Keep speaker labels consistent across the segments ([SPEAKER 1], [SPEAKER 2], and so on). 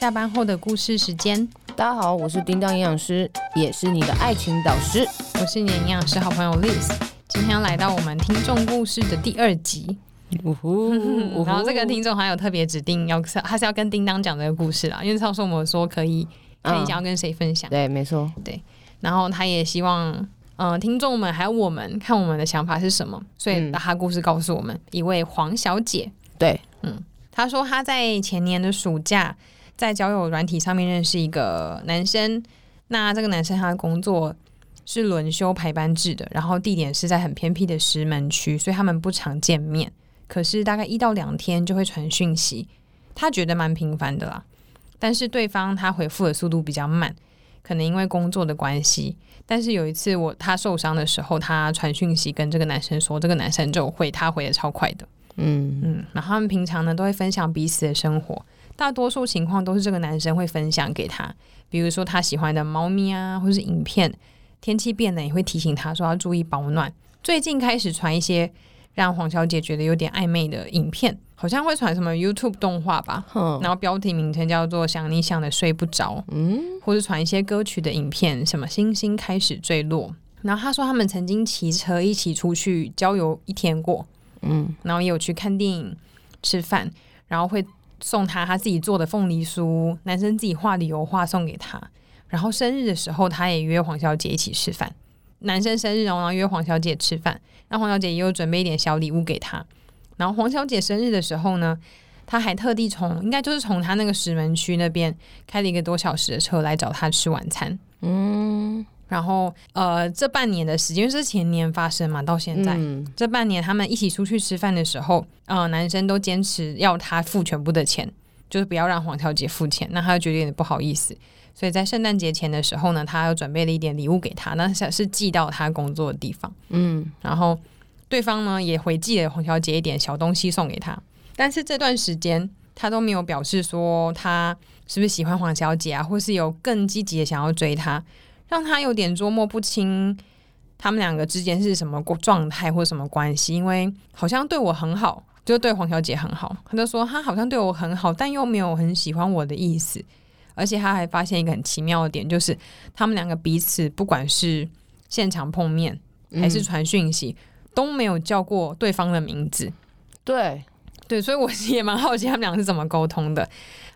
[SPEAKER 1] 下班后的故事时间，
[SPEAKER 2] 大家好，我是叮当营养师，也是你的爱情导师。
[SPEAKER 1] 我是你的营养师好朋友 Liz，今天要来到我们听众故事的第二集。
[SPEAKER 2] 呜 呼
[SPEAKER 1] 嗯，
[SPEAKER 2] 哦
[SPEAKER 1] 然后这个听众还有特别指定要，他是要跟叮当讲这个故事啦，啊因为上次我们说可以，看你想要跟谁分享。
[SPEAKER 2] 对，没错，
[SPEAKER 1] 然后他也希望，嗯、听众们还有我们看我们的想法是什么，所以
[SPEAKER 2] 嗯
[SPEAKER 1] 把他故事告诉我们。一位黄小姐，
[SPEAKER 2] 对，
[SPEAKER 1] 嗯，她说她在前年的暑假在交友软体上面认识一个男生，那这个男生他的工作。是轮休排班制的，然后地点是在很偏僻的石门区，所以他们不常见面。可是大概一到两天就会传讯息，他觉得蛮频繁的啦。但是对方他回复的速度比较慢，可能因为工作的关系。但是有一次我他受伤的时候，他传讯息跟这个男生说，这个男生就回，他回的超快的。
[SPEAKER 2] 嗯，
[SPEAKER 1] 嗯，然后他们平常呢都会分享彼此的生活，大多数情况都是这个男生会分享给他，比如说他喜欢的猫咪啊，或是影片。天气变冷也会提醒他说要注意保暖。最近开始传一些让黄小姐觉得有点暧昧的影片，好像会传什么 YouTube 动画吧，
[SPEAKER 2] 哼，
[SPEAKER 1] 然后标题名称叫做“想你想的睡不着”，
[SPEAKER 2] 嗯，
[SPEAKER 1] 或是传一些歌曲的影片，什么星星开始坠落。然后他说他们曾经骑车一起出去郊游一天过，
[SPEAKER 2] 嗯，
[SPEAKER 1] 然后也有去看电影、吃饭，然后会送他他自己做的凤梨酥，男生自己画的油画送给他。然后生日的时候，他也约黄小姐一起吃饭。男生生日哦，然后约黄小姐吃饭，那黄小姐也有准备一点小礼物给他。然后黄小姐生日的时候呢，他还特地从应该就是从他那个石门区那边开了一个多小时的车来找他吃晚餐。
[SPEAKER 2] 嗯，
[SPEAKER 1] 然后呃，这半年的时间，因为这是前年发生嘛，到现在、
[SPEAKER 2] 嗯
[SPEAKER 1] 这半年，他们一起出去吃饭的时候，呃，男生都坚持要他付全部的钱，就是不要让黄小姐付钱，那他就觉得有点不好意思。所以在圣诞节前的时候呢，他又准备了一点礼物给他，那是是寄到他工作的地方。
[SPEAKER 2] 嗯，
[SPEAKER 1] 然后对方呢也回寄了黄小姐一点小东西送给她，但是这段时间她都没有表示说她是不是喜欢黄小姐啊，或是有更积极的想要追她，让她有点捉摸不清他们两个之间是什么状态或什么关系，因为好像对我很好。就对黄小姐很好，她就说她好像对我很好，但又没有很喜欢我的意思。而且她还发现一个很奇妙的点，就是他们两个彼此不管是现场碰面，还是传讯息，都没有叫过对方的名字。
[SPEAKER 2] 对，
[SPEAKER 1] 对，所以我其实也蛮好奇他们俩是怎么沟通的。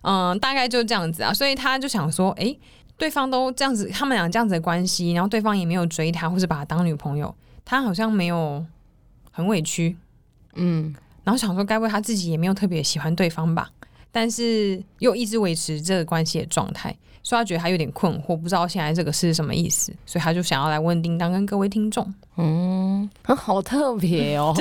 [SPEAKER 1] 嗯，大概就这样子啊。所以他就想说，诶，对方都这样子，他们俩这样子的关系，然后对方也没有追他，或是把他当女朋友，他好像没有很委屈。
[SPEAKER 2] 嗯，
[SPEAKER 1] 然后想说，该不会他自己也没有特别喜欢对方吧？但是又一直维持这个关系的状态，所以他觉得他有点困惑，不知道现在这个是什么意思，所以他就想要来问叮当跟各位听众。
[SPEAKER 2] 嗯，好特别哦。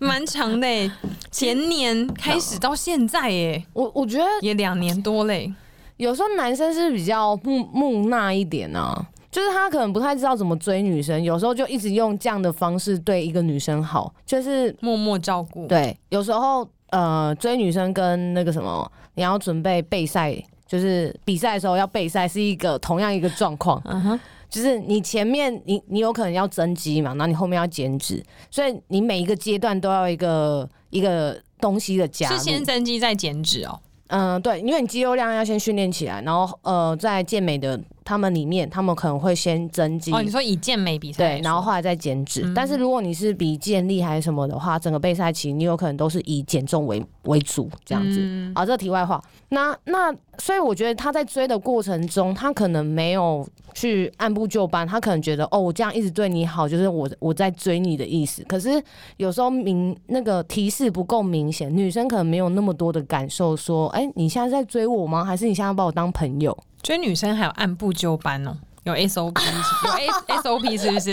[SPEAKER 1] 蛮长的欸，前年开始到现在欸耶，
[SPEAKER 2] 我我觉得
[SPEAKER 1] 也两年多嘞。
[SPEAKER 2] 有时候男生是比较木木讷一点啊，就是他可能不太知道怎么追女生，有时候就一直用这样的方式对一个女生好，就是
[SPEAKER 1] 默默照顾。
[SPEAKER 2] 对，有时候呃追女生跟那个什么，你要准备备赛，就是比赛的时候要备赛是一个同样一个状况，
[SPEAKER 1] 嗯哼，
[SPEAKER 2] 就是你前面你你有可能要增肌嘛，然后你后面要减脂，所以你每一个阶段都要一个一个东西的加入。
[SPEAKER 1] 是先增肌再减脂哦。
[SPEAKER 2] 嗯、对，因为你肌肉量要先训练起来，然后呃，在健美的他们里面，他们可能会先增肌，
[SPEAKER 1] 哦，你说以健美比赛来
[SPEAKER 2] 对
[SPEAKER 1] 说，，
[SPEAKER 2] 然后后来再减脂。
[SPEAKER 1] 嗯
[SPEAKER 2] 但是如果你是比健力还是什么的话，整个备赛期你有可能都是以减重为为主这样子。
[SPEAKER 1] 嗯
[SPEAKER 2] 啊，这题外话，那那所以我觉得他在追的过程中，他可能没有去按部就班，他可能觉得哦，我这样一直对你好，就是我我在追你的意思。可是有时候明那个提示不够明显，女生可能没有那么多的感受，说，哎、你现在在追我吗？还是你现在把我当朋友？
[SPEAKER 1] 追女生还有按部就班哦。有 SOP，有 S SOP 是不是？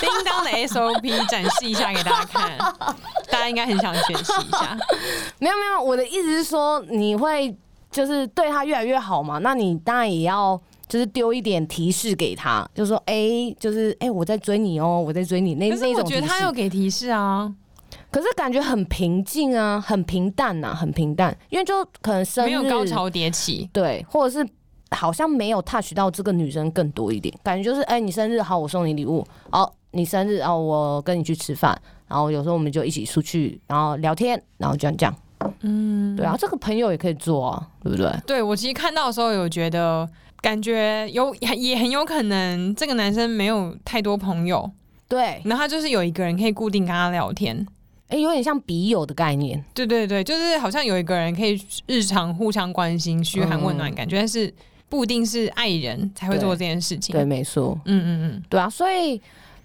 [SPEAKER 1] 叮当的 SOP 展示一下给大家 看，大家应该很想学习一下。
[SPEAKER 2] 没有没有，我的意思是说，你会就是对他越来越好嘛？那你当然也要就是丢一点提示给他，就说，哎、就是哎、我在追你哦，我在追你那
[SPEAKER 1] 可是
[SPEAKER 2] 那
[SPEAKER 1] 我
[SPEAKER 2] 种
[SPEAKER 1] 觉
[SPEAKER 2] 提
[SPEAKER 1] 得他
[SPEAKER 2] 示
[SPEAKER 1] 有给提示啊，
[SPEAKER 2] 可是感觉很平静啊，很平淡呐、很平淡，因为就可能生日啊
[SPEAKER 1] 没有高，潮迭起。
[SPEAKER 2] 对，或者是好像没有 touch 到这个女生更多一点，感觉就是哎、你生日好，我送你礼物，哦，你生日哦，我跟你去吃饭，然后有时候我们就一起出去，然后聊天，然后这样这样，
[SPEAKER 1] 嗯，
[SPEAKER 2] 对啊，这个朋友也可以做啊，对不对？
[SPEAKER 1] 对我其实看到的时候有觉得，感觉有也很有可能这个男生没有太多朋友，
[SPEAKER 2] 对，
[SPEAKER 1] 然后他就是有一个人可以固定跟他聊天。
[SPEAKER 2] 哎，有点像笔友的概念，
[SPEAKER 1] 对对对，就是好像有一个人可以日常互相关心、嘘寒问暖，
[SPEAKER 2] 嗯
[SPEAKER 1] 感觉但是不一定是爱人才会做这件事情。
[SPEAKER 2] 对，没错，
[SPEAKER 1] 嗯嗯嗯，
[SPEAKER 2] 对啊，所以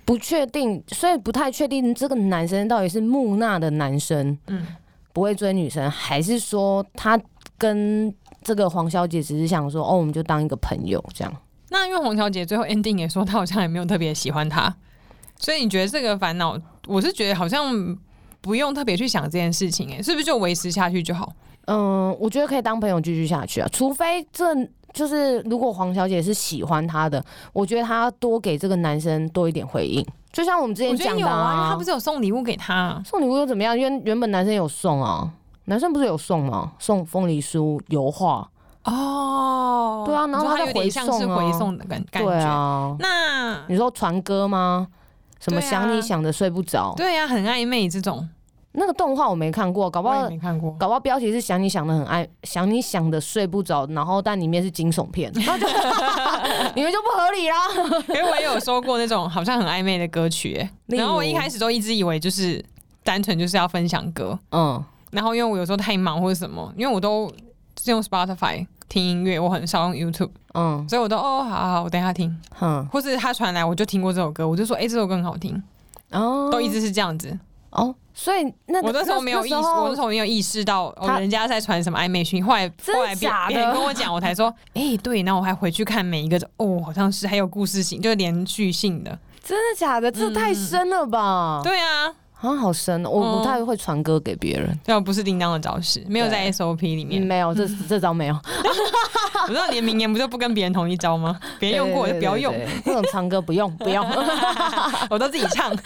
[SPEAKER 2] 不确定，所以不太确定这个男生到底是木讷的男生，
[SPEAKER 1] 嗯
[SPEAKER 2] 嗯，不会追女生，还是说他跟这个黄小姐只是想说，哦，我们就当一个朋友这样。
[SPEAKER 1] 那因为洪小姐最后 ending 也说她好像也没有特别喜欢他，所以你觉得这个烦恼，我是觉得好像不用特别去想这件事情、欸，哎，是不是就维持下去就好？
[SPEAKER 2] 嗯，我觉得可以当朋友继续下去啊，除非这就是如果黄小姐是喜欢他的，我觉得她多给这个男生多一点回应，就像我们之
[SPEAKER 1] 我
[SPEAKER 2] 前
[SPEAKER 1] 觉得
[SPEAKER 2] 讲
[SPEAKER 1] 有
[SPEAKER 2] 的
[SPEAKER 1] 啊，因为他不是有送礼物给他、
[SPEAKER 2] 送礼物又怎么样？原原本男生有送啊，男生不是有送吗？送凤梨酥、油画，
[SPEAKER 1] 哦，
[SPEAKER 2] 对啊然后
[SPEAKER 1] 你说
[SPEAKER 2] 他
[SPEAKER 1] 他
[SPEAKER 2] 在
[SPEAKER 1] 有点像是
[SPEAKER 2] 回送啊
[SPEAKER 1] 回送的感感觉。
[SPEAKER 2] 对啊。
[SPEAKER 1] 那
[SPEAKER 2] 你说传歌吗？什么
[SPEAKER 1] 对啊
[SPEAKER 2] 想你想的睡不着？
[SPEAKER 1] 对呀、很暧昧这种，
[SPEAKER 2] 那个动画我没看过，搞不
[SPEAKER 1] 我
[SPEAKER 2] 好
[SPEAKER 1] 也没看过。
[SPEAKER 2] 搞不好标题是想你想的很爱，想你想的睡不着，然后但里面是惊悚 片，那就你们就不合理啦。
[SPEAKER 1] 因为我也有收过那种好像很暧昧的歌曲、欸，
[SPEAKER 2] 例如
[SPEAKER 1] 然后我一开始都一直以为就是单纯就是要分享歌，
[SPEAKER 2] 嗯，
[SPEAKER 1] 然后因为我有时候太忙或者什么，因为我都是用 Spotify 听音乐，我很少用 YouTube，
[SPEAKER 2] 嗯
[SPEAKER 1] 所以我都哦好好好，我等一下听，
[SPEAKER 2] 哼，
[SPEAKER 1] 或是他传来我就听过这首歌，我就说哎、欸这首歌很好听，
[SPEAKER 2] 哦，
[SPEAKER 1] 都一直是这样子。
[SPEAKER 2] 哦，所以那
[SPEAKER 1] 我那时候没有意识，
[SPEAKER 2] 那
[SPEAKER 1] 我那
[SPEAKER 2] 时
[SPEAKER 1] 时
[SPEAKER 2] 候
[SPEAKER 1] 候没有意识到哦
[SPEAKER 2] 他
[SPEAKER 1] 人家在传什么暧昧讯，后来
[SPEAKER 2] 真
[SPEAKER 1] 后来别
[SPEAKER 2] 假的
[SPEAKER 1] 别人跟我讲，我才说哎、欸对，然后我还回去看每一个哦好像是还有故事性，就是连续性的，
[SPEAKER 2] 真的假的？这太深了吧？
[SPEAKER 1] 嗯对啊。
[SPEAKER 2] 啊，好深哦，我
[SPEAKER 1] 嗯
[SPEAKER 2] 不太会传歌给别人。
[SPEAKER 1] 这不是叮当的招式，没有在 SOP 里
[SPEAKER 2] 嗯
[SPEAKER 1] 面。
[SPEAKER 2] 没有，这这招没有，
[SPEAKER 1] 我知道你的名言不就不跟别人同一招 吗？别人用过我就不要用，啊
[SPEAKER 2] 对。对对对那种唱歌不用，不用。
[SPEAKER 1] 我都自己唱。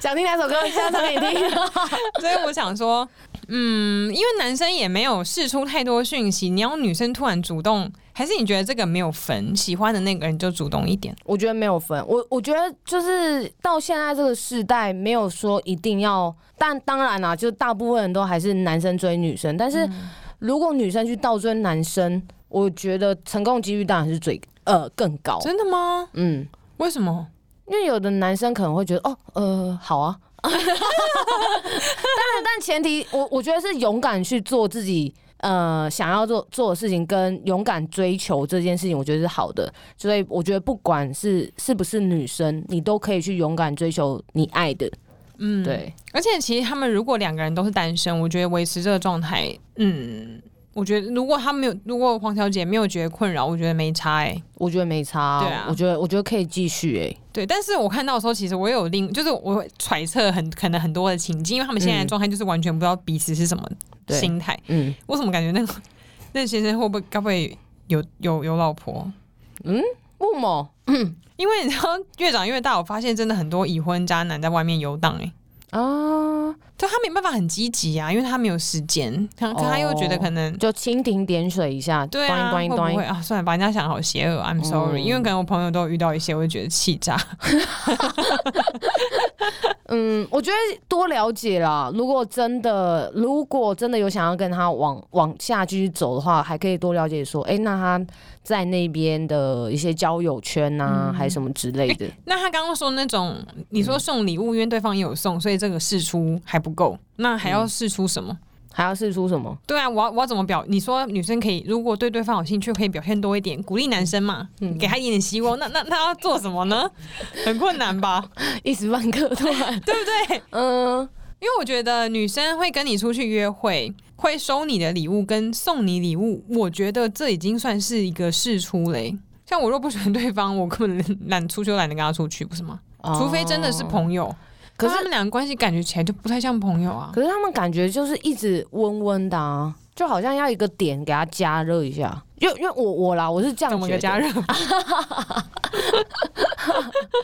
[SPEAKER 2] 想听哪首歌，现在唱给你听。
[SPEAKER 1] 所以我想说，嗯，因为男生也没有试出太多讯息，你要女生突然主动，还是你觉得这个没有分，喜欢的那个人就主动一点？
[SPEAKER 2] 我觉得没有分，我我觉得就是到现在这个时代，没有说一定要，但当然啦、就大部分人都还是男生追女生，但是如果女生去倒追男生，我觉得成功几率当然是最呃更高。
[SPEAKER 1] 真的吗？
[SPEAKER 2] 嗯，
[SPEAKER 1] 为什么？
[SPEAKER 2] 因为有的男生可能会觉得，哦，呃，好啊。 当然，但前提我我觉得是勇敢去做自己呃想要做做的事情，跟勇敢追求这件事情，我觉得是好的。所以我觉得不管是是不是女生，你都可以去勇敢追求你爱的。
[SPEAKER 1] 嗯，。
[SPEAKER 2] 对，
[SPEAKER 1] 而且其实他们如果两个人都是单身，我觉得维持这个状态，嗯，我觉得如果他没有，如果黄小姐没有觉得困扰，我觉得没差哎、
[SPEAKER 2] 我觉得没差、
[SPEAKER 1] 对啊
[SPEAKER 2] 我觉得我觉得可以继续哎、
[SPEAKER 1] 对，但是我看到的时候，其实我也有另，就是我会揣测很可能很多的情境，因为他们现在的
[SPEAKER 2] 嗯
[SPEAKER 1] 状态就是完全不知道彼此是什么
[SPEAKER 2] 对
[SPEAKER 1] 心态。
[SPEAKER 2] 嗯，
[SPEAKER 1] 我怎么感觉那个那先生会不会该不会有有有老婆？
[SPEAKER 2] 不某
[SPEAKER 1] 因为你知道，越长越大，我发现真的很多已婚渣男在外面游荡、欸，哎，
[SPEAKER 2] 啊，
[SPEAKER 1] 就他没办法很积极啊，因为他没有时间，他可他又觉得可能。
[SPEAKER 2] 就蜻蜓点水一下，
[SPEAKER 1] 对啊，
[SPEAKER 2] 哦端一
[SPEAKER 1] 会
[SPEAKER 2] 端一
[SPEAKER 1] 不会
[SPEAKER 2] 端一
[SPEAKER 1] 啊？算了，把人家想得好邪恶，I'm 啊 sorry、
[SPEAKER 2] 嗯
[SPEAKER 1] 因为可能我朋友都有遇到一些，我就觉得气炸。
[SPEAKER 2] 嗯，我觉得多了解啦。如果真的，如果真的有想要跟他往往下继续走的话，还可以多了解说，哎、那他在那边的一些交友圈啊，
[SPEAKER 1] 嗯
[SPEAKER 2] 还是什么之 类的。
[SPEAKER 1] 那他刚刚说那种，你说送礼物，因为对方也有送，所以这个试出还不够，那还要试出什么？
[SPEAKER 2] 还要试出什么？
[SPEAKER 1] 对啊，我要我要怎么表？你说女生可以，如果对对方有兴趣，可以表现多一点，鼓励男生嘛，给他一点点希望。那那那要做什么呢？很困难吧，
[SPEAKER 2] 一时半刻突然，
[SPEAKER 1] 对不对？
[SPEAKER 2] 嗯，
[SPEAKER 1] 因为我觉得女生会跟你出去约会，会收你的礼物跟送你礼物，我觉得这已经算是一个试出嘞、像我若不喜欢对方，我根本懒出去，就懒得跟他出去，不是吗？除非真的是
[SPEAKER 2] 友。
[SPEAKER 1] 朋友，
[SPEAKER 2] 哦可
[SPEAKER 1] 他
[SPEAKER 2] 是
[SPEAKER 1] 们两个关系感觉起来就不太像朋友啊。
[SPEAKER 2] 可是他们感觉就是一直温温的啊，就好像要一个点给他加热一下。因为因为我我啦，我是这样
[SPEAKER 1] 怎么
[SPEAKER 2] 觉
[SPEAKER 1] 个
[SPEAKER 2] 得。
[SPEAKER 1] 加热？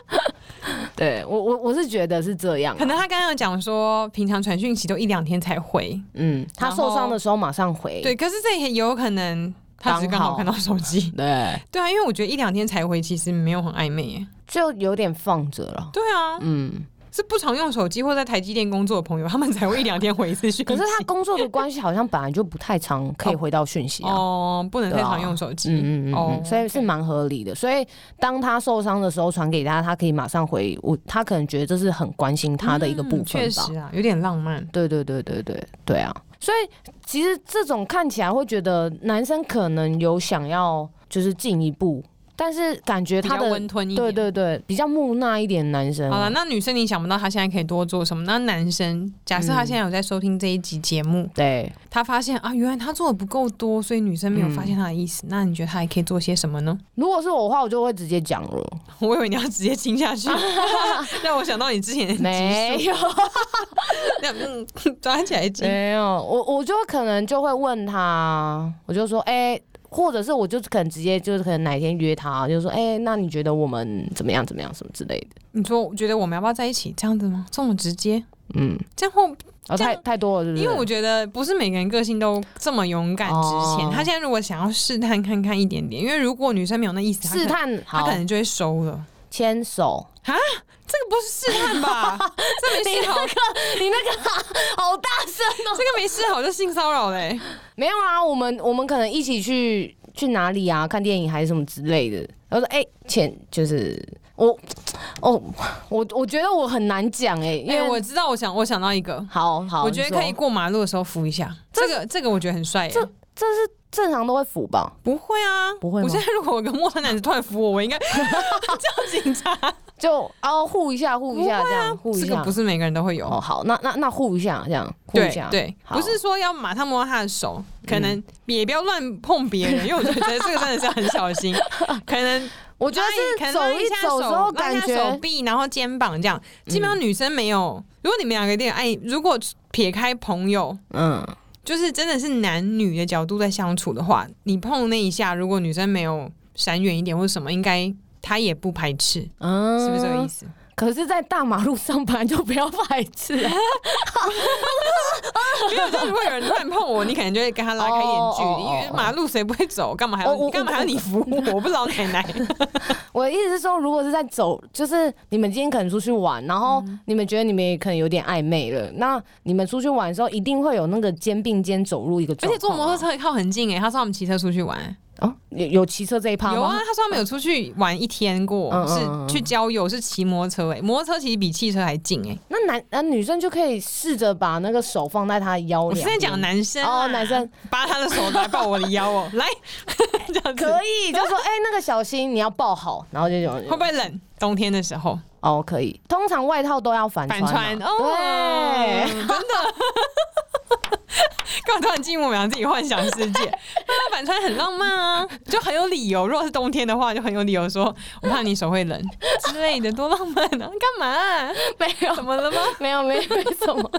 [SPEAKER 2] 对我我我是觉得是这样啊、
[SPEAKER 1] 可能他刚刚有讲说，平常传讯息都一两天才回，
[SPEAKER 2] 嗯，他
[SPEAKER 1] 然后
[SPEAKER 2] 受伤的时候马上回。
[SPEAKER 1] 对，可是这也有可能他只是刚好看到手机。
[SPEAKER 2] 对。
[SPEAKER 1] 对啊，因为我觉得一两天才回，其实没有很暧昧耶。
[SPEAKER 2] 就有点放着了。
[SPEAKER 1] 对啊，
[SPEAKER 2] 嗯，
[SPEAKER 1] 是不常用手机或在台积电工作的朋友，他们才会一两天回一次讯息。
[SPEAKER 2] 可是他工作的关系好像本来就不太常可以回到讯息啊。
[SPEAKER 1] 哦，不能太
[SPEAKER 2] 对啊
[SPEAKER 1] 常用手机。
[SPEAKER 2] 嗯嗯嗯
[SPEAKER 1] 哦
[SPEAKER 2] 嗯，所以是蛮合理的。所以当他受伤的时候传给他，他可以马上回我，他可能觉得这是很关心他的一个部
[SPEAKER 1] 嗯确、
[SPEAKER 2] 分吧。
[SPEAKER 1] 实啊，有点浪漫。
[SPEAKER 2] 对对对对对对啊！所以其实这种看起来会觉得男生可能有想要就是进一步，但是感觉
[SPEAKER 1] 比
[SPEAKER 2] 他
[SPEAKER 1] 较
[SPEAKER 2] 的
[SPEAKER 1] 温吞一点。
[SPEAKER 2] 对对对比较木讷一点的男生啊，
[SPEAKER 1] 好了，那女生你想不到她现在可以多做什么。那男生，假设他现在有在收听这一集节目，
[SPEAKER 2] 对，
[SPEAKER 1] 他发现啊，原来他做的不够多，所以女生没有发现他的意思。
[SPEAKER 2] 嗯
[SPEAKER 1] 那你觉得他还可以做些什么呢？
[SPEAKER 2] 如果是我的话，我就会直接讲了，
[SPEAKER 1] 我以为你要直接亲下 去， 让我想到 你之前的集数
[SPEAKER 2] 没有。
[SPEAKER 1] 那嗯， 抓起来亲。
[SPEAKER 2] 没有，我我就可能就会问他，我就说，哎、或者是我就可能直接就是可能哪一天约他，就说，哎、那你觉得我们怎么样怎么样什么之类的，
[SPEAKER 1] 你说，我觉得我们要不要在一起？这样子吗？这么直接，
[SPEAKER 2] 嗯，
[SPEAKER 1] 这样会
[SPEAKER 2] 哦，
[SPEAKER 1] 这样
[SPEAKER 2] 太太多了，是不是？
[SPEAKER 1] 因为我觉得不是每个人个性都这么勇敢直前。
[SPEAKER 2] 哦
[SPEAKER 1] 他现在如果想要试探看看一点点，因为如果女生没有那意思，他可
[SPEAKER 2] 试探
[SPEAKER 1] 他
[SPEAKER 2] 好
[SPEAKER 1] 可能就会收了。
[SPEAKER 2] 牵手，
[SPEAKER 1] 这个不是试探 吧？这没试好，
[SPEAKER 2] 你那个好大声哦、
[SPEAKER 1] 这个没试好就性骚扰嘞、
[SPEAKER 2] 没有啊，我们我们可能一起去去哪里啊，看电影还是什么之类的。然后说，哎、前就是我，哦，我我觉得我很难讲哎、因
[SPEAKER 1] 因
[SPEAKER 2] 为、
[SPEAKER 1] 为我知道，我想我想到一个，
[SPEAKER 2] 好好，
[SPEAKER 1] 我觉得
[SPEAKER 2] 你说
[SPEAKER 1] 可以过马路的时候扶一下。这个这个我觉得很帅、欸。
[SPEAKER 2] 正常都会扶吧。
[SPEAKER 1] 不会啊，
[SPEAKER 2] 不会吗
[SPEAKER 1] 我现在如果有个陌生男子突然扶我，我应该 叫警察。
[SPEAKER 2] 就哦护一下护一下这样护一
[SPEAKER 1] 啊这个
[SPEAKER 2] 下
[SPEAKER 1] 不。是每个人都会有。
[SPEAKER 2] 哦，好，那那那护一下，这样护一
[SPEAKER 1] 对
[SPEAKER 2] 下，
[SPEAKER 1] 对，
[SPEAKER 2] 好
[SPEAKER 1] 不是说要马上摸他的手，可能也不要乱碰别人，因为我觉得这个真的是很小 心。可能
[SPEAKER 2] 我觉得
[SPEAKER 1] 哎可能
[SPEAKER 2] 是
[SPEAKER 1] 拉
[SPEAKER 2] 走
[SPEAKER 1] 一下
[SPEAKER 2] 走
[SPEAKER 1] 手
[SPEAKER 2] 之后
[SPEAKER 1] 拉一
[SPEAKER 2] 感
[SPEAKER 1] 下手
[SPEAKER 2] 觉，嗯
[SPEAKER 1] 臂，然后肩膀这样。基本上女生没有，如果你们两个有点爱，如果撇开朋友，
[SPEAKER 2] 嗯，
[SPEAKER 1] 就是真的是男女的角度在相处的话，你碰那一下，如果女生没有闪远一点或者什么，应该她也不排斥，
[SPEAKER 2] 嗯
[SPEAKER 1] 是不是这个 意？思？
[SPEAKER 2] 可是，在大马路上本来就不要排斥，啊
[SPEAKER 1] 没有，就如果有人突然碰我，你可能就会跟他拉开一点距离，
[SPEAKER 2] 哦哦哦哦
[SPEAKER 1] 因为马路谁不会走，干嘛还要
[SPEAKER 2] 哦 我
[SPEAKER 1] 你干嘛还要你扶我？ 我不老奶奶，
[SPEAKER 2] 我的意思是说，如果是在走，就是你们今天可能出去玩，然后
[SPEAKER 1] 嗯
[SPEAKER 2] 你们觉得你们也可能有点暧昧了，那你们出去玩的时候一定会有那个肩并肩走路一个
[SPEAKER 1] 而且
[SPEAKER 2] 状况啊，
[SPEAKER 1] 坐摩托车靠很近哎、他说他们骑车出去玩，
[SPEAKER 2] 哦，有有骑车这一趴
[SPEAKER 1] 有啊
[SPEAKER 2] 吗？，
[SPEAKER 1] 他说他们有出去玩一天过，
[SPEAKER 2] 嗯嗯嗯嗯
[SPEAKER 1] 是去郊游，是骑摩托车哎、摩托车其实比汽车还近哎、
[SPEAKER 2] 那男那女生就可以试着把那个手放在他的腰
[SPEAKER 1] 我是
[SPEAKER 2] 两
[SPEAKER 1] 在
[SPEAKER 2] 边，
[SPEAKER 1] 讲男生啊
[SPEAKER 2] 哦，男生
[SPEAKER 1] 扒他的手来抱我的腰 哦，来 这样子
[SPEAKER 2] 可以，就说哎、那个小心，你要抱好，然后就有
[SPEAKER 1] 会不会冷？冬天的时候
[SPEAKER 2] 哦，可以。通常外套都要反
[SPEAKER 1] 反
[SPEAKER 2] 穿哦啊、
[SPEAKER 1] 穿哦，
[SPEAKER 2] 对，
[SPEAKER 1] 真的。干嘛突然进入我们自己幻想世界？ 那反穿很浪漫啊，就很有理由。如果是冬天的话，就很有理由说我怕你手会冷之类的，多浪漫啊！干嘛啊、
[SPEAKER 2] 没有
[SPEAKER 1] 怎么了吗？
[SPEAKER 2] 没有没有没什么。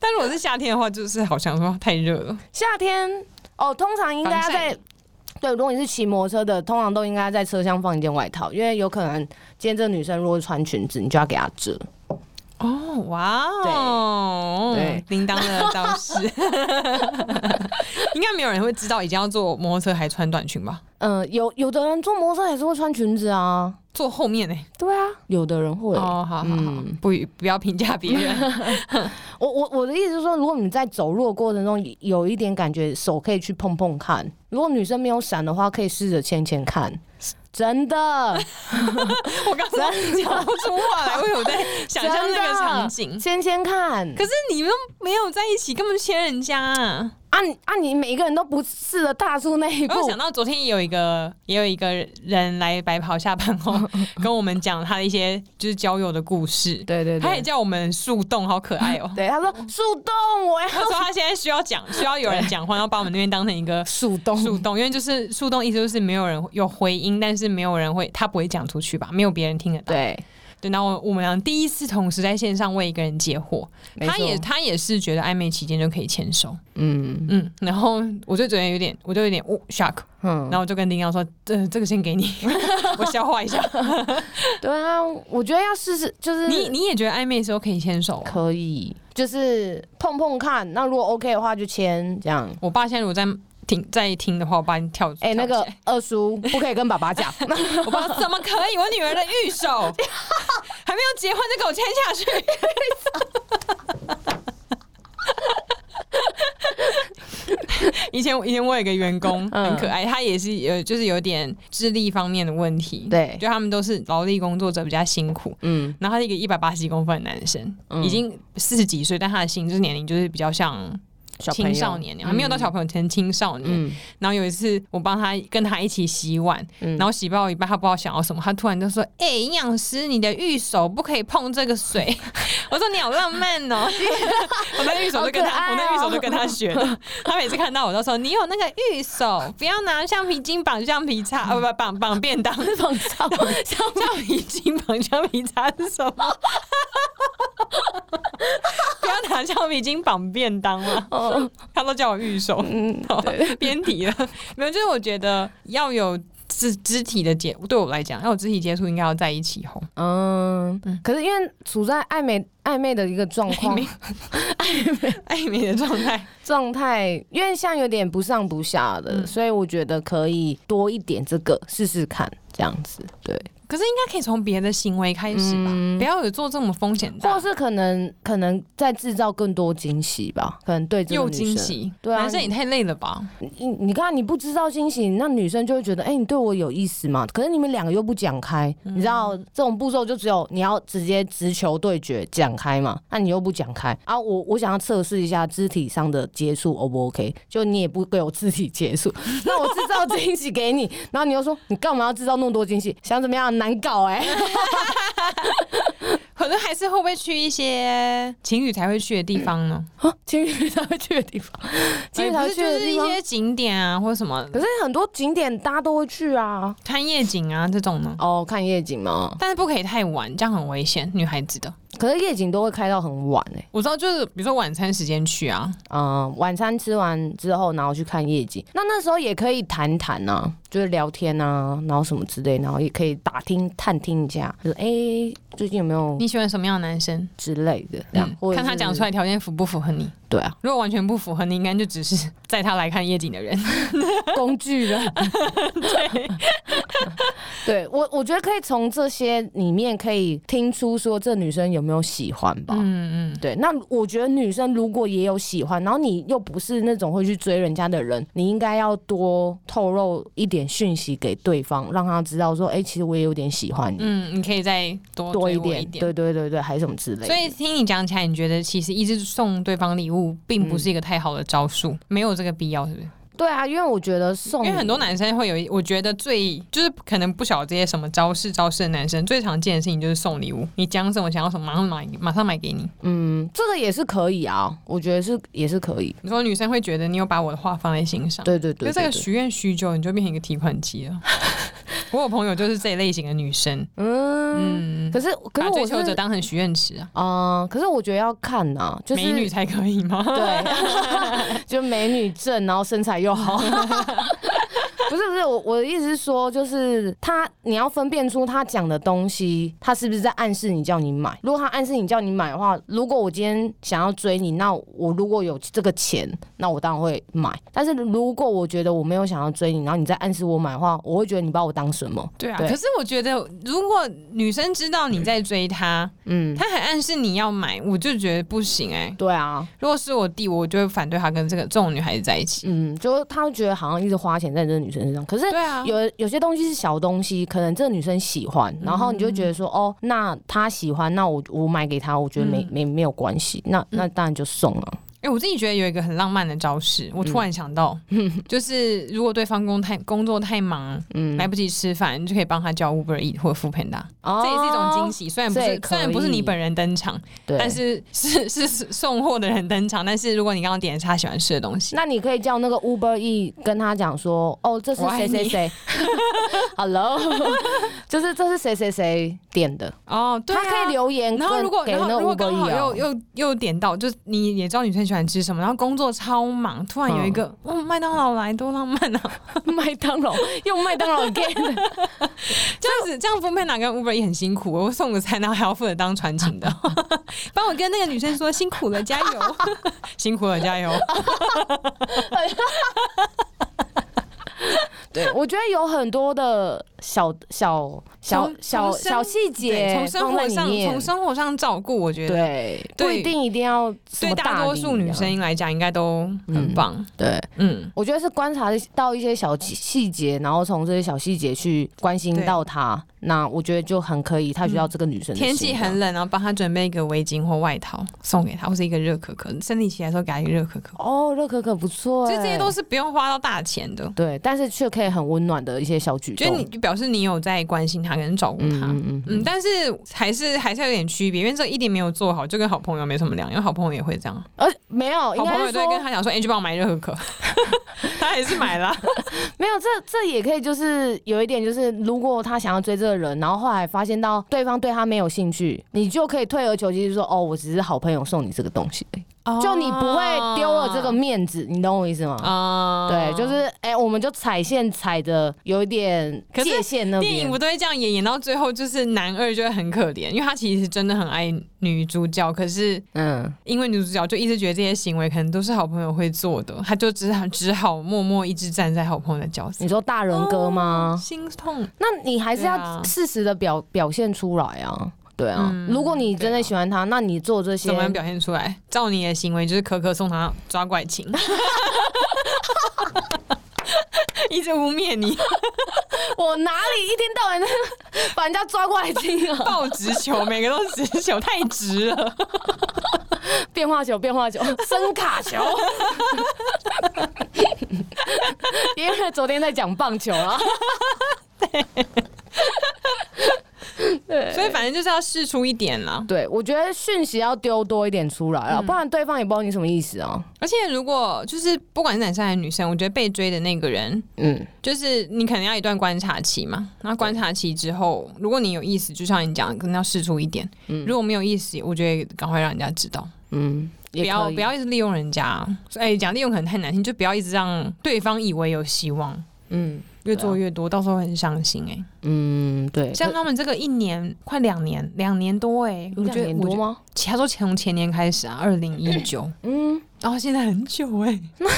[SPEAKER 1] 但如果是夏天的话，就是好像说太热了，
[SPEAKER 2] 夏天哦，通常应该要
[SPEAKER 1] 防晒
[SPEAKER 2] 在。对，如果你是骑摩托车的，通常都应该在车厢放一件外套，因为有可能今天这个女生如果穿裙子，你就要给她遮。
[SPEAKER 1] 哦，哇哦，
[SPEAKER 2] 对，
[SPEAKER 1] 叮当的招式， 应该没有人会知道已经要坐摩托车还穿短裙吧？
[SPEAKER 2] 嗯、有有的人坐摩托车还是会穿裙子啊。
[SPEAKER 1] 坐后面欸呢、
[SPEAKER 2] 对啊，有的人会。
[SPEAKER 1] 哦，好好好，
[SPEAKER 2] 嗯
[SPEAKER 1] 不不要评价别 人。
[SPEAKER 2] 我我我的意思是说，如果你在走路的过程中有一点感觉，手可以去碰碰看。如果女生没有闪的话，可以试着牵牵看。真的，
[SPEAKER 1] 我刚才讲 不出话来，我有在想象那个场景。
[SPEAKER 2] 牵牵看。
[SPEAKER 1] 可是你们都没有在一起，根本牵人家啊！
[SPEAKER 2] 啊你啊，你每一个人都不试着踏出那一
[SPEAKER 1] 然后我
[SPEAKER 2] 步
[SPEAKER 1] 想，到昨天也有一个也有一个人来白袍下班 后跟我们讲他的一些就是交友的故事，
[SPEAKER 2] 对对
[SPEAKER 1] 他也，叫我们树洞，好可爱哦、
[SPEAKER 2] 对他说树洞，我要
[SPEAKER 1] 他说他现在需要 讲，需要有人讲话，要把我们那边当成一个
[SPEAKER 2] 树洞
[SPEAKER 1] 树洞，因为就是树洞，意思就是没有人有回音，但是没有人会，他不会讲出去吧？没有别人听得到。
[SPEAKER 2] 对，
[SPEAKER 1] 对，然后我们俩第一次同时在线上为一个人解惑，
[SPEAKER 2] 没
[SPEAKER 1] 他也
[SPEAKER 2] 错
[SPEAKER 1] 他也是觉得暧昧期间就可以牵手，
[SPEAKER 2] 嗯
[SPEAKER 1] 嗯，然后我就觉得有点，我就有点哦 shock，
[SPEAKER 2] 嗯
[SPEAKER 1] 然，后我就跟丁阳说，这这个先给你， 我消化一下。
[SPEAKER 2] 对啊，我觉得要试试，就是
[SPEAKER 1] 你你也觉得暧昧的时候可以牵手、啊？
[SPEAKER 2] 可以，就是碰碰看。那如果 OK 的话，就签这样。
[SPEAKER 1] 我爸现在如果在听在听的话，我爸跳，
[SPEAKER 2] 哎、那
[SPEAKER 1] 跳
[SPEAKER 2] 个
[SPEAKER 1] 起
[SPEAKER 2] 二叔不可以跟爸爸讲，
[SPEAKER 1] 来我爸说怎么可以？我女儿的玉手，还没有结婚就给我签下去， 以前以前我有一个员工
[SPEAKER 2] 嗯
[SPEAKER 1] 很可爱，他也是有就是有点智力方面的问题，
[SPEAKER 2] 对
[SPEAKER 1] 就他们都是劳力工作者比较辛苦。
[SPEAKER 2] 嗯，
[SPEAKER 1] 然后他是一个一百八十公分的男生，
[SPEAKER 2] 嗯
[SPEAKER 1] 已经四十几岁，但他的心智年龄就是比较像
[SPEAKER 2] 小朋友
[SPEAKER 1] 青少年，还没有到小朋友，可能青少年。
[SPEAKER 2] 嗯
[SPEAKER 1] 然后有一次我帮他跟他一起洗碗，
[SPEAKER 2] 嗯
[SPEAKER 1] 然后洗到一半他不知道想要什么，他突然就说：“哎、营养师，你的玉手不可以碰这个 水。”我说：“你好浪漫 哦！”我那玉手就跟
[SPEAKER 2] 好可爱
[SPEAKER 1] 他，
[SPEAKER 2] 哦
[SPEAKER 1] 我那玉手就跟他学的。他每次看到我都说：“你有那个玉手，不要拿橡皮筋绑橡皮擦，呃、不绑绑便当。”
[SPEAKER 2] 是仿照
[SPEAKER 1] 橡皮筋绑橡皮擦是什么？ 不要拿橡皮筋绑便当嘛，
[SPEAKER 2] 哦，
[SPEAKER 1] 他都叫我玉手。
[SPEAKER 2] 嗯，
[SPEAKER 1] 好偏题了， 没有，就是我觉得要有肢肢体的接，对我来讲，要有肢体接触，应该要在一起吼。
[SPEAKER 2] 嗯，可是因为处在暧昧暧昧的一个状 况
[SPEAKER 1] 昧暧昧的状态，
[SPEAKER 2] 状态，因为像有点不上不下的，
[SPEAKER 1] 嗯
[SPEAKER 2] 所以我觉得可以多一点这个试试看，这样子对，
[SPEAKER 1] 可是应该可以从别的行为开始吧，
[SPEAKER 2] 嗯
[SPEAKER 1] 不要有做这么风险
[SPEAKER 2] 或
[SPEAKER 1] 大，
[SPEAKER 2] 是可能可能再制造更多惊喜吧，可能对这个
[SPEAKER 1] 又
[SPEAKER 2] 女生
[SPEAKER 1] 惊，喜。
[SPEAKER 2] 对啊
[SPEAKER 1] 男生也太累了 吧？
[SPEAKER 2] 你你看你不制造惊喜，那女生就会觉得，哎、你对我有意思嘛？可是你们两个又不讲开，你知道
[SPEAKER 1] 嗯
[SPEAKER 2] 这种步骤就只有你要直接直球对决讲开嘛？那你又不讲开啊？我我想要测试一下肢体上的接触，O 不 OK？就你也不给我肢体接触， 那我制造惊喜给你，然后你又说你干嘛要制造那么多惊喜？想怎么样？难搞 哎、
[SPEAKER 1] 可能还是会不会去一些情侣才会去的地方呢？
[SPEAKER 2] 啊情侣 才会去的地方，情侣才
[SPEAKER 1] 哎不
[SPEAKER 2] 会
[SPEAKER 1] 是
[SPEAKER 2] 去
[SPEAKER 1] 就
[SPEAKER 2] 的
[SPEAKER 1] 是
[SPEAKER 2] 地
[SPEAKER 1] 一
[SPEAKER 2] 方。
[SPEAKER 1] 些景点啊，或者什么
[SPEAKER 2] 可是很多景点大家都会去啊，
[SPEAKER 1] 看夜景啊这种呢。
[SPEAKER 2] 哦，看夜景嘛。
[SPEAKER 1] 但是不可以太晚，这样很危险，女孩子的。
[SPEAKER 2] 可是夜景都会开到很晚哎、
[SPEAKER 1] 我知道，就是比如说晚餐时间去啊，
[SPEAKER 2] 嗯，晚餐吃完之后，然后去看夜景。那那时候也可以谈谈啊，就是聊天啊，然后什么之类，然后也可以打听探听一下，就是哎、诶最近有没有
[SPEAKER 1] 你喜欢什么样的男生？
[SPEAKER 2] 之类的这样，
[SPEAKER 1] 嗯
[SPEAKER 2] 或者
[SPEAKER 1] 看他
[SPEAKER 2] 是
[SPEAKER 1] 讲出来条件符不符合你。
[SPEAKER 2] 对啊，
[SPEAKER 1] 如果完全不符合你，应该就只是载他来看夜景的人。
[SPEAKER 2] 工具人。 对，对我我觉得可以从这些里面可以听出说这女生有没有喜欢吧。
[SPEAKER 1] 嗯嗯，
[SPEAKER 2] 对，那我觉得女生如果也有喜欢，然后你又不是那种会去追人家的人，你应该要多透露一点讯息给对方，让他知道说，哎、其实我也有点喜欢你，
[SPEAKER 1] 嗯，你可以再多
[SPEAKER 2] 多
[SPEAKER 1] 追
[SPEAKER 2] 一
[SPEAKER 1] 我一
[SPEAKER 2] 点，对对对对，还是什么之类的。
[SPEAKER 1] 所以听你讲起来，你觉得其实一直送对方礼物并不是
[SPEAKER 2] 嗯
[SPEAKER 1] 一个太好的招数，没有这个必要，是不是？
[SPEAKER 2] 对啊，因为我觉得送
[SPEAKER 1] 因
[SPEAKER 2] 礼，
[SPEAKER 1] 为很多男生会有一，我觉得最就是可能不晓得这些什么招式招式的男生，最常见的事情就是送礼物。你讲什么想要什么，马上买，马上买给你。
[SPEAKER 2] 嗯，这个也是可以啊，我觉得是也是可以。
[SPEAKER 1] 你说女生会觉得你有把我的话放在心上，
[SPEAKER 2] 对对对
[SPEAKER 1] 就这
[SPEAKER 2] 对
[SPEAKER 1] 个
[SPEAKER 2] 对，
[SPEAKER 1] 许愿许久，你就变成一个提款机 了。我有朋友就是这一类型的女生，
[SPEAKER 2] 嗯，
[SPEAKER 1] 嗯，
[SPEAKER 2] 可是可
[SPEAKER 1] 把
[SPEAKER 2] 是
[SPEAKER 1] 追
[SPEAKER 2] 我
[SPEAKER 1] 求者
[SPEAKER 2] 是，
[SPEAKER 1] 当成许愿池啊，
[SPEAKER 2] 嗯，可是我觉得要看呐、啊，就是
[SPEAKER 1] 美女才可以 吗？
[SPEAKER 2] 对， 就美女正，然后身材又好。 不是不是，我我的意思是说，就是他你要分辨出他讲的东西，他是不是在暗示你叫你买。如果他暗示你叫你买的话，如果我今天想要追你，那我如果有这个钱，那我当然会买。但是如果我觉得我没有想要追你，然后你再暗示我买的话，我会觉得你把我当什么？
[SPEAKER 1] 对啊，
[SPEAKER 2] 对
[SPEAKER 1] 可是我觉得，如果女生知道你在追她，
[SPEAKER 2] 嗯，
[SPEAKER 1] 她还暗示你要买，我就觉得不行哎、
[SPEAKER 2] 对啊，
[SPEAKER 1] 如果是我弟，我就会反对他跟这个这种女孩子在一起。
[SPEAKER 2] 嗯，就是他会觉得好像一直花钱在这个女生身上，可是
[SPEAKER 1] 对啊，嗯
[SPEAKER 2] 有有些东西是小东西，可能这个女生喜欢，然后你就觉得说，哦，那她喜欢，那我我买给她，我觉得没、
[SPEAKER 1] 嗯
[SPEAKER 2] 没没有关系，那那当然就送了。
[SPEAKER 1] 哎、我自己觉得有一个很浪漫的招式，
[SPEAKER 2] 嗯
[SPEAKER 1] 我突然想 到，就是如果对方工太工作太忙，
[SPEAKER 2] 嗯，
[SPEAKER 1] 来不及吃饭，你就可以帮他叫 Uber Eat 或 f o o Panda，、
[SPEAKER 2] 哦
[SPEAKER 1] 这也是一种惊。喜。虽然不
[SPEAKER 2] 这
[SPEAKER 1] 是
[SPEAKER 2] 也可以
[SPEAKER 1] 虽然不是你本人登场，
[SPEAKER 2] 哦对，
[SPEAKER 1] 但是是是是送货的人登场，但是如果你刚刚点的是他喜欢吃的东西，
[SPEAKER 2] 那你可以叫那个 Uber E 跟他讲说，哦，这是
[SPEAKER 1] 我爱
[SPEAKER 2] 谁谁
[SPEAKER 1] 你
[SPEAKER 2] 谁，Hello，就是这是谁谁谁点的，
[SPEAKER 1] 哦，对、啊，
[SPEAKER 2] 他可以。留言跟，
[SPEAKER 1] 然后如果
[SPEAKER 2] 给
[SPEAKER 1] 然
[SPEAKER 2] 那
[SPEAKER 1] 后
[SPEAKER 2] 个
[SPEAKER 1] 如果
[SPEAKER 2] Uber
[SPEAKER 1] 刚
[SPEAKER 2] E
[SPEAKER 1] 好又
[SPEAKER 2] 哦
[SPEAKER 1] 又又点到，就是你也知道女生喜欢吃什么，然后工作超忙，突然有一
[SPEAKER 2] 嗯
[SPEAKER 1] 个哦麦当劳来多浪漫啊！
[SPEAKER 2] 麦当劳 用麦当 劳 again，
[SPEAKER 1] 这样子这样分配哪跟 Uber 也很辛苦，我送个餐然后还要负责当传情的， 帮我跟那个女生说辛苦了加油， 辛苦了加 油，
[SPEAKER 2] 对我觉得有很多的小小小
[SPEAKER 1] 从
[SPEAKER 2] 小
[SPEAKER 1] 从生
[SPEAKER 2] 小细
[SPEAKER 1] 对
[SPEAKER 2] 节
[SPEAKER 1] 从生
[SPEAKER 2] 放在
[SPEAKER 1] 活
[SPEAKER 2] 里
[SPEAKER 1] 上
[SPEAKER 2] 面
[SPEAKER 1] 从生活上照顾，我觉得
[SPEAKER 2] 对，不
[SPEAKER 1] 对
[SPEAKER 2] 一定一定要什
[SPEAKER 1] 对
[SPEAKER 2] 么
[SPEAKER 1] 大多
[SPEAKER 2] 礼
[SPEAKER 1] 数女
[SPEAKER 2] 啊
[SPEAKER 1] 生来讲应该都很棒。
[SPEAKER 2] 对。
[SPEAKER 1] 嗯，
[SPEAKER 2] 我觉得是观察到一些小细细节，然后从这些小细节去关心到她，那我觉得就很可以，她需要这个女生
[SPEAKER 1] 嗯
[SPEAKER 2] 的
[SPEAKER 1] 天气
[SPEAKER 2] 心啊
[SPEAKER 1] 很冷，然后帮她准备一个围巾或外套送给她，或是一个热可可，生理期来的时候给她一个热可可。
[SPEAKER 2] 哦，热可可不错、
[SPEAKER 1] 就这
[SPEAKER 2] 欸，
[SPEAKER 1] 些都是不用花到大钱的，
[SPEAKER 2] 对，但是却可以很温暖的一些小举
[SPEAKER 1] 觉
[SPEAKER 2] 动。
[SPEAKER 1] 得你就表示你有在关心她跟照顾
[SPEAKER 2] 嗯
[SPEAKER 1] 她。
[SPEAKER 2] 嗯嗯
[SPEAKER 1] 嗯，但是还是还是有点区别，因为这一点没有做好，就跟好朋友没什么两样。好朋友也会这样，
[SPEAKER 2] 而没有，哦应
[SPEAKER 1] 好朋
[SPEAKER 2] 该
[SPEAKER 1] 友
[SPEAKER 2] 是
[SPEAKER 1] 都会跟
[SPEAKER 2] 说
[SPEAKER 1] 他讲说：“哎、去帮我买热可可。” 他还是买了。
[SPEAKER 2] 没有，这这也可以，就是有一点，就是如果他想要追这个人，然后后来发现到对方对他没有兴趣，你就可以退而求其次说，哦，我只是好朋友送你这个东西而已，
[SPEAKER 1] 哦
[SPEAKER 2] 就你不会丢了这个面子，你懂我意思吗？
[SPEAKER 1] 啊
[SPEAKER 2] 对，就是哎、我们就踩线踩的有一点
[SPEAKER 1] 可是
[SPEAKER 2] 界限那
[SPEAKER 1] 电影
[SPEAKER 2] 边
[SPEAKER 1] 不。都会这样演，演到最后就是男二就会很可怜，因为他其实真的很爱女主角，可是
[SPEAKER 2] 嗯，
[SPEAKER 1] 因为女主角就一直觉得这些行为可能都是好朋友会做的，他就只好只好默默一直站在好朋友的角色
[SPEAKER 2] 你。说大人哥吗？
[SPEAKER 1] 心痛，
[SPEAKER 2] 那你还
[SPEAKER 1] 哦
[SPEAKER 2] 是
[SPEAKER 1] 对啊嗯
[SPEAKER 2] 要适时的表表现出来啊。对啊，如果你真的喜欢他，那你做这些
[SPEAKER 1] 怎么样表现出来？照你的行为，就是可可送他抓怪 情，一直污蔑你，
[SPEAKER 2] 我哪里一天到晚在 把人家抓过来听啊？
[SPEAKER 1] 爆直球，每个都直球，太直了。
[SPEAKER 2] 变化球，变化球，声卡球。因为昨天在讲棒球啊，
[SPEAKER 1] 所以反正就是要试出一点啦。
[SPEAKER 2] 对我觉得讯息要丢多一点出来啊，不然对方也不知道你什么意思啊。
[SPEAKER 1] 而且如果就是不管是男生还是女生，我觉得被追的那个人，
[SPEAKER 2] 嗯，
[SPEAKER 1] 就是你可能要一段观察期嘛。那观察期之后，如果你有意思，就像你讲，可能要试出一点；如果没有意思，我觉得赶快让人家知道，
[SPEAKER 2] 嗯，
[SPEAKER 1] 不
[SPEAKER 2] 也
[SPEAKER 1] 要
[SPEAKER 2] 可以
[SPEAKER 1] 不要一直利用人家。哎、讲利用可能太难听，就不要一直让对方以为有希望。
[SPEAKER 2] 嗯
[SPEAKER 1] 越做越多，到时候很伤心哎、
[SPEAKER 2] 嗯，对，
[SPEAKER 1] 像他们这个一年快两年，两年多哎、我
[SPEAKER 2] 我
[SPEAKER 1] 觉
[SPEAKER 2] 觉
[SPEAKER 1] 得我
[SPEAKER 2] 得多
[SPEAKER 1] 觉得
[SPEAKER 2] 吗？
[SPEAKER 1] 他说从前年开始啊，二零一九，
[SPEAKER 2] 嗯，
[SPEAKER 1] 然后现在很久哎、
[SPEAKER 2] 那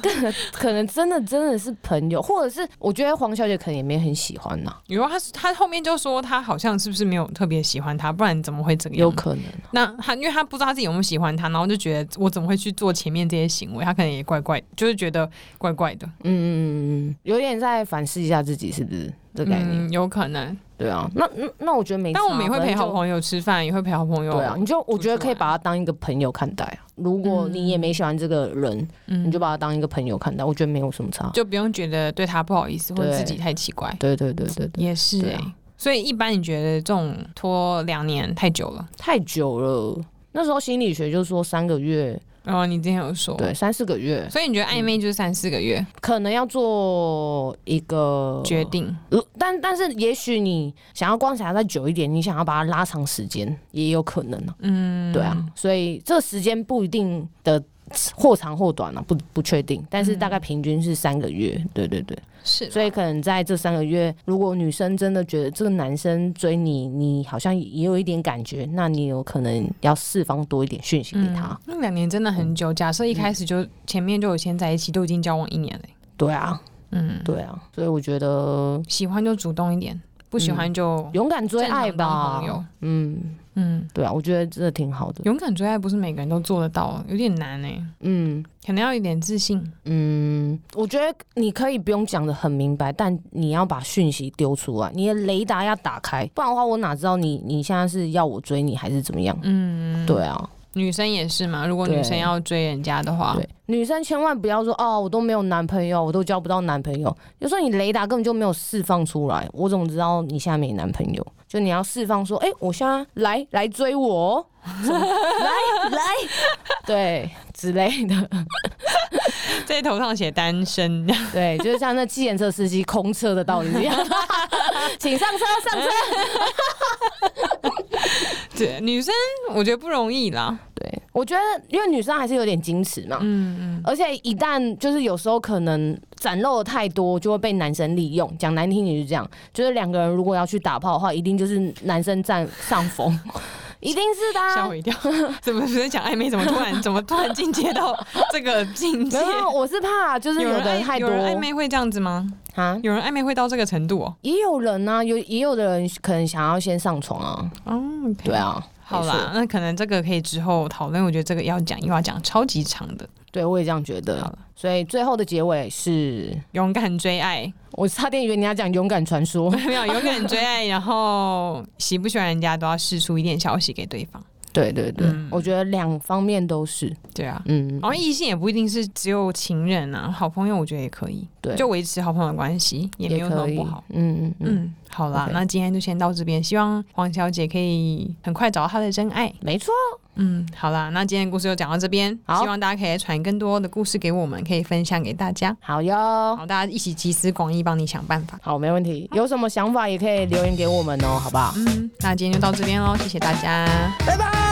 [SPEAKER 2] 可能可能真的真的是朋友，或者是我觉得黄小姐可能也没很喜欢呐、
[SPEAKER 1] 有啊，他他后面就说他好像是不是没有特别喜欢他，不然怎么会这个
[SPEAKER 2] 有
[SPEAKER 1] 样？
[SPEAKER 2] 可能。啊
[SPEAKER 1] 那他因为他不知道他自己有没有喜欢他，然后就觉得我怎么会去做前面这些行为？他可能也怪怪，就是觉得怪怪的。
[SPEAKER 2] 嗯嗯嗯嗯，有点在反思一下自己是不是这概念？
[SPEAKER 1] 嗯，有可能。
[SPEAKER 2] 对啊，那那那我觉得没差，啊
[SPEAKER 1] 但我们也会陪好
[SPEAKER 2] 友。
[SPEAKER 1] 朋友吃饭，也会陪好朋友。
[SPEAKER 2] 对啊，你就我觉得可以把他当一个朋友看待啊。如果你也没喜欢这个人，
[SPEAKER 1] 嗯
[SPEAKER 2] 你就把他当一个朋友看待，我觉得没有什么差。
[SPEAKER 1] 就不用觉得对他不好意思，或者
[SPEAKER 2] 对
[SPEAKER 1] 自己太奇怪。
[SPEAKER 2] 对对对对对，
[SPEAKER 1] 也是哎、
[SPEAKER 2] 对啊
[SPEAKER 1] 所以一般你觉得这种拖两年太久了？
[SPEAKER 2] 太久了。那时候心理学就说三个月，
[SPEAKER 1] 然哦后你之前有说，
[SPEAKER 2] 对，嗯三四个月，
[SPEAKER 1] 所以你觉得暧昧就是三四个月、
[SPEAKER 2] 可能要做一个
[SPEAKER 1] 决定？
[SPEAKER 2] 如但但是，也许你想要观察再久一点，你想要把它拉长时间，也有可能啊。
[SPEAKER 1] 嗯，
[SPEAKER 2] 对啊，所以这个时间不一定的或长或短啊，不不确定，但是大
[SPEAKER 1] 嗯
[SPEAKER 2] 概平均是三个月。对对对，
[SPEAKER 1] 是啦。
[SPEAKER 2] 所以可能在这三个月，如果女生真的觉得这个男生追你，你好像也有一点感觉，那你有可能要释放多一点讯息给他。
[SPEAKER 1] 嗯那两年真的很久。假设一开始
[SPEAKER 2] 嗯
[SPEAKER 1] 就前面就有先在一起，都已经交往一年了欸、
[SPEAKER 2] 对啊，
[SPEAKER 1] 嗯，
[SPEAKER 2] 对啊，所以我觉得
[SPEAKER 1] 喜欢就主动一点，不喜欢就
[SPEAKER 2] 勇敢嗯追
[SPEAKER 1] 正常
[SPEAKER 2] 爱
[SPEAKER 1] 当
[SPEAKER 2] 吧
[SPEAKER 1] 朋。友
[SPEAKER 2] 嗯，
[SPEAKER 1] 嗯，
[SPEAKER 2] 对啊，我觉得这挺好的。
[SPEAKER 1] 勇敢追爱不是每个人都做得到，有点难哎、
[SPEAKER 2] 嗯。
[SPEAKER 1] 可能要一点自信。
[SPEAKER 2] 嗯，我觉得你可以不用讲的很明白，但你要把讯息丢出来，你的雷达要打开，不然的话，我哪知道你你现在是要我追你还是怎么样？
[SPEAKER 1] 嗯，
[SPEAKER 2] 对啊，
[SPEAKER 1] 女生也是嘛。如果
[SPEAKER 2] 对
[SPEAKER 1] 女生要追人家的话，
[SPEAKER 2] 对，女生千万不要说哦，我都没有男朋友，我都交不到男朋友。有时候你雷达根本就没有释放出来，我怎么知道你现在没男朋友？就你要释放说，哎、我现在来来追我哦，什么 来来，对之类的，
[SPEAKER 1] 在头上写单身，
[SPEAKER 2] 对，就是像那计程车司机空车的道理 一样，请上车上车。
[SPEAKER 1] 对，女生我觉得不容易啦。
[SPEAKER 2] 对，我觉得因为女生还是有点矜持嘛，
[SPEAKER 1] 嗯嗯，
[SPEAKER 2] 而且一旦就是有时候可能展露的太多，就会被男生利用。讲难听点就是这样，就是两个人如果要去打炮的话，一定就是男生占上风。 一定是的、
[SPEAKER 1] 吓
[SPEAKER 2] 啊
[SPEAKER 1] 我。一跳！ 怎么是讲暧昧？怎么突然怎么突然进阶到这个境界
[SPEAKER 2] 没？有，我是怕就是
[SPEAKER 1] 有
[SPEAKER 2] 有的
[SPEAKER 1] 人
[SPEAKER 2] 人太哎
[SPEAKER 1] 暧
[SPEAKER 2] 多
[SPEAKER 1] 有人暧昧会这样子吗？
[SPEAKER 2] 啊，
[SPEAKER 1] 有人暧昧会到这个程度哦？
[SPEAKER 2] 也有人啊，有也有的人可能想要先上床啊，
[SPEAKER 1] 嗯，
[SPEAKER 2] 对啊，
[SPEAKER 1] 好
[SPEAKER 2] 没
[SPEAKER 1] 啦
[SPEAKER 2] 错，，
[SPEAKER 1] 那可能这个可以之后讨论。我觉得这个要讲又要讲，超级长的。
[SPEAKER 2] 对我也这样觉
[SPEAKER 1] 好
[SPEAKER 2] 得
[SPEAKER 1] 了。
[SPEAKER 2] 所以最后的结尾是，
[SPEAKER 1] 勇敢追 爱，
[SPEAKER 2] 我差点以为你要讲勇敢传说，
[SPEAKER 1] 没有勇敢追爱，然后喜不喜欢人家都要试出一点消息给对方。
[SPEAKER 2] 对对对，
[SPEAKER 1] 嗯
[SPEAKER 2] 我觉得两方面都是，
[SPEAKER 1] 对啊，
[SPEAKER 2] 嗯，
[SPEAKER 1] 然后异性也不一定是只有情人啊，好朋友我觉得也可以，
[SPEAKER 2] 对，
[SPEAKER 1] 就维持好朋友的关系也没有什么
[SPEAKER 2] 可以
[SPEAKER 1] 不好。，
[SPEAKER 2] 嗯嗯嗯，
[SPEAKER 1] 嗯，好啦
[SPEAKER 2] OK
[SPEAKER 1] 那今天就先到这边，希望黄小姐可以很快找到她的真爱。
[SPEAKER 2] 没错，
[SPEAKER 1] 嗯，好啦，那今天的故事就讲到这边，
[SPEAKER 2] 好
[SPEAKER 1] 希望大家可以传更多的故事给我们，可以分享给大家，
[SPEAKER 2] 好哟，
[SPEAKER 1] 好，大家一起集思广益，帮你想办法。
[SPEAKER 2] 好，没问题，有什么想法也可以留言给我们哦，好不好？
[SPEAKER 1] 嗯，那今天就到这边喽，谢谢大家。
[SPEAKER 2] 拜拜。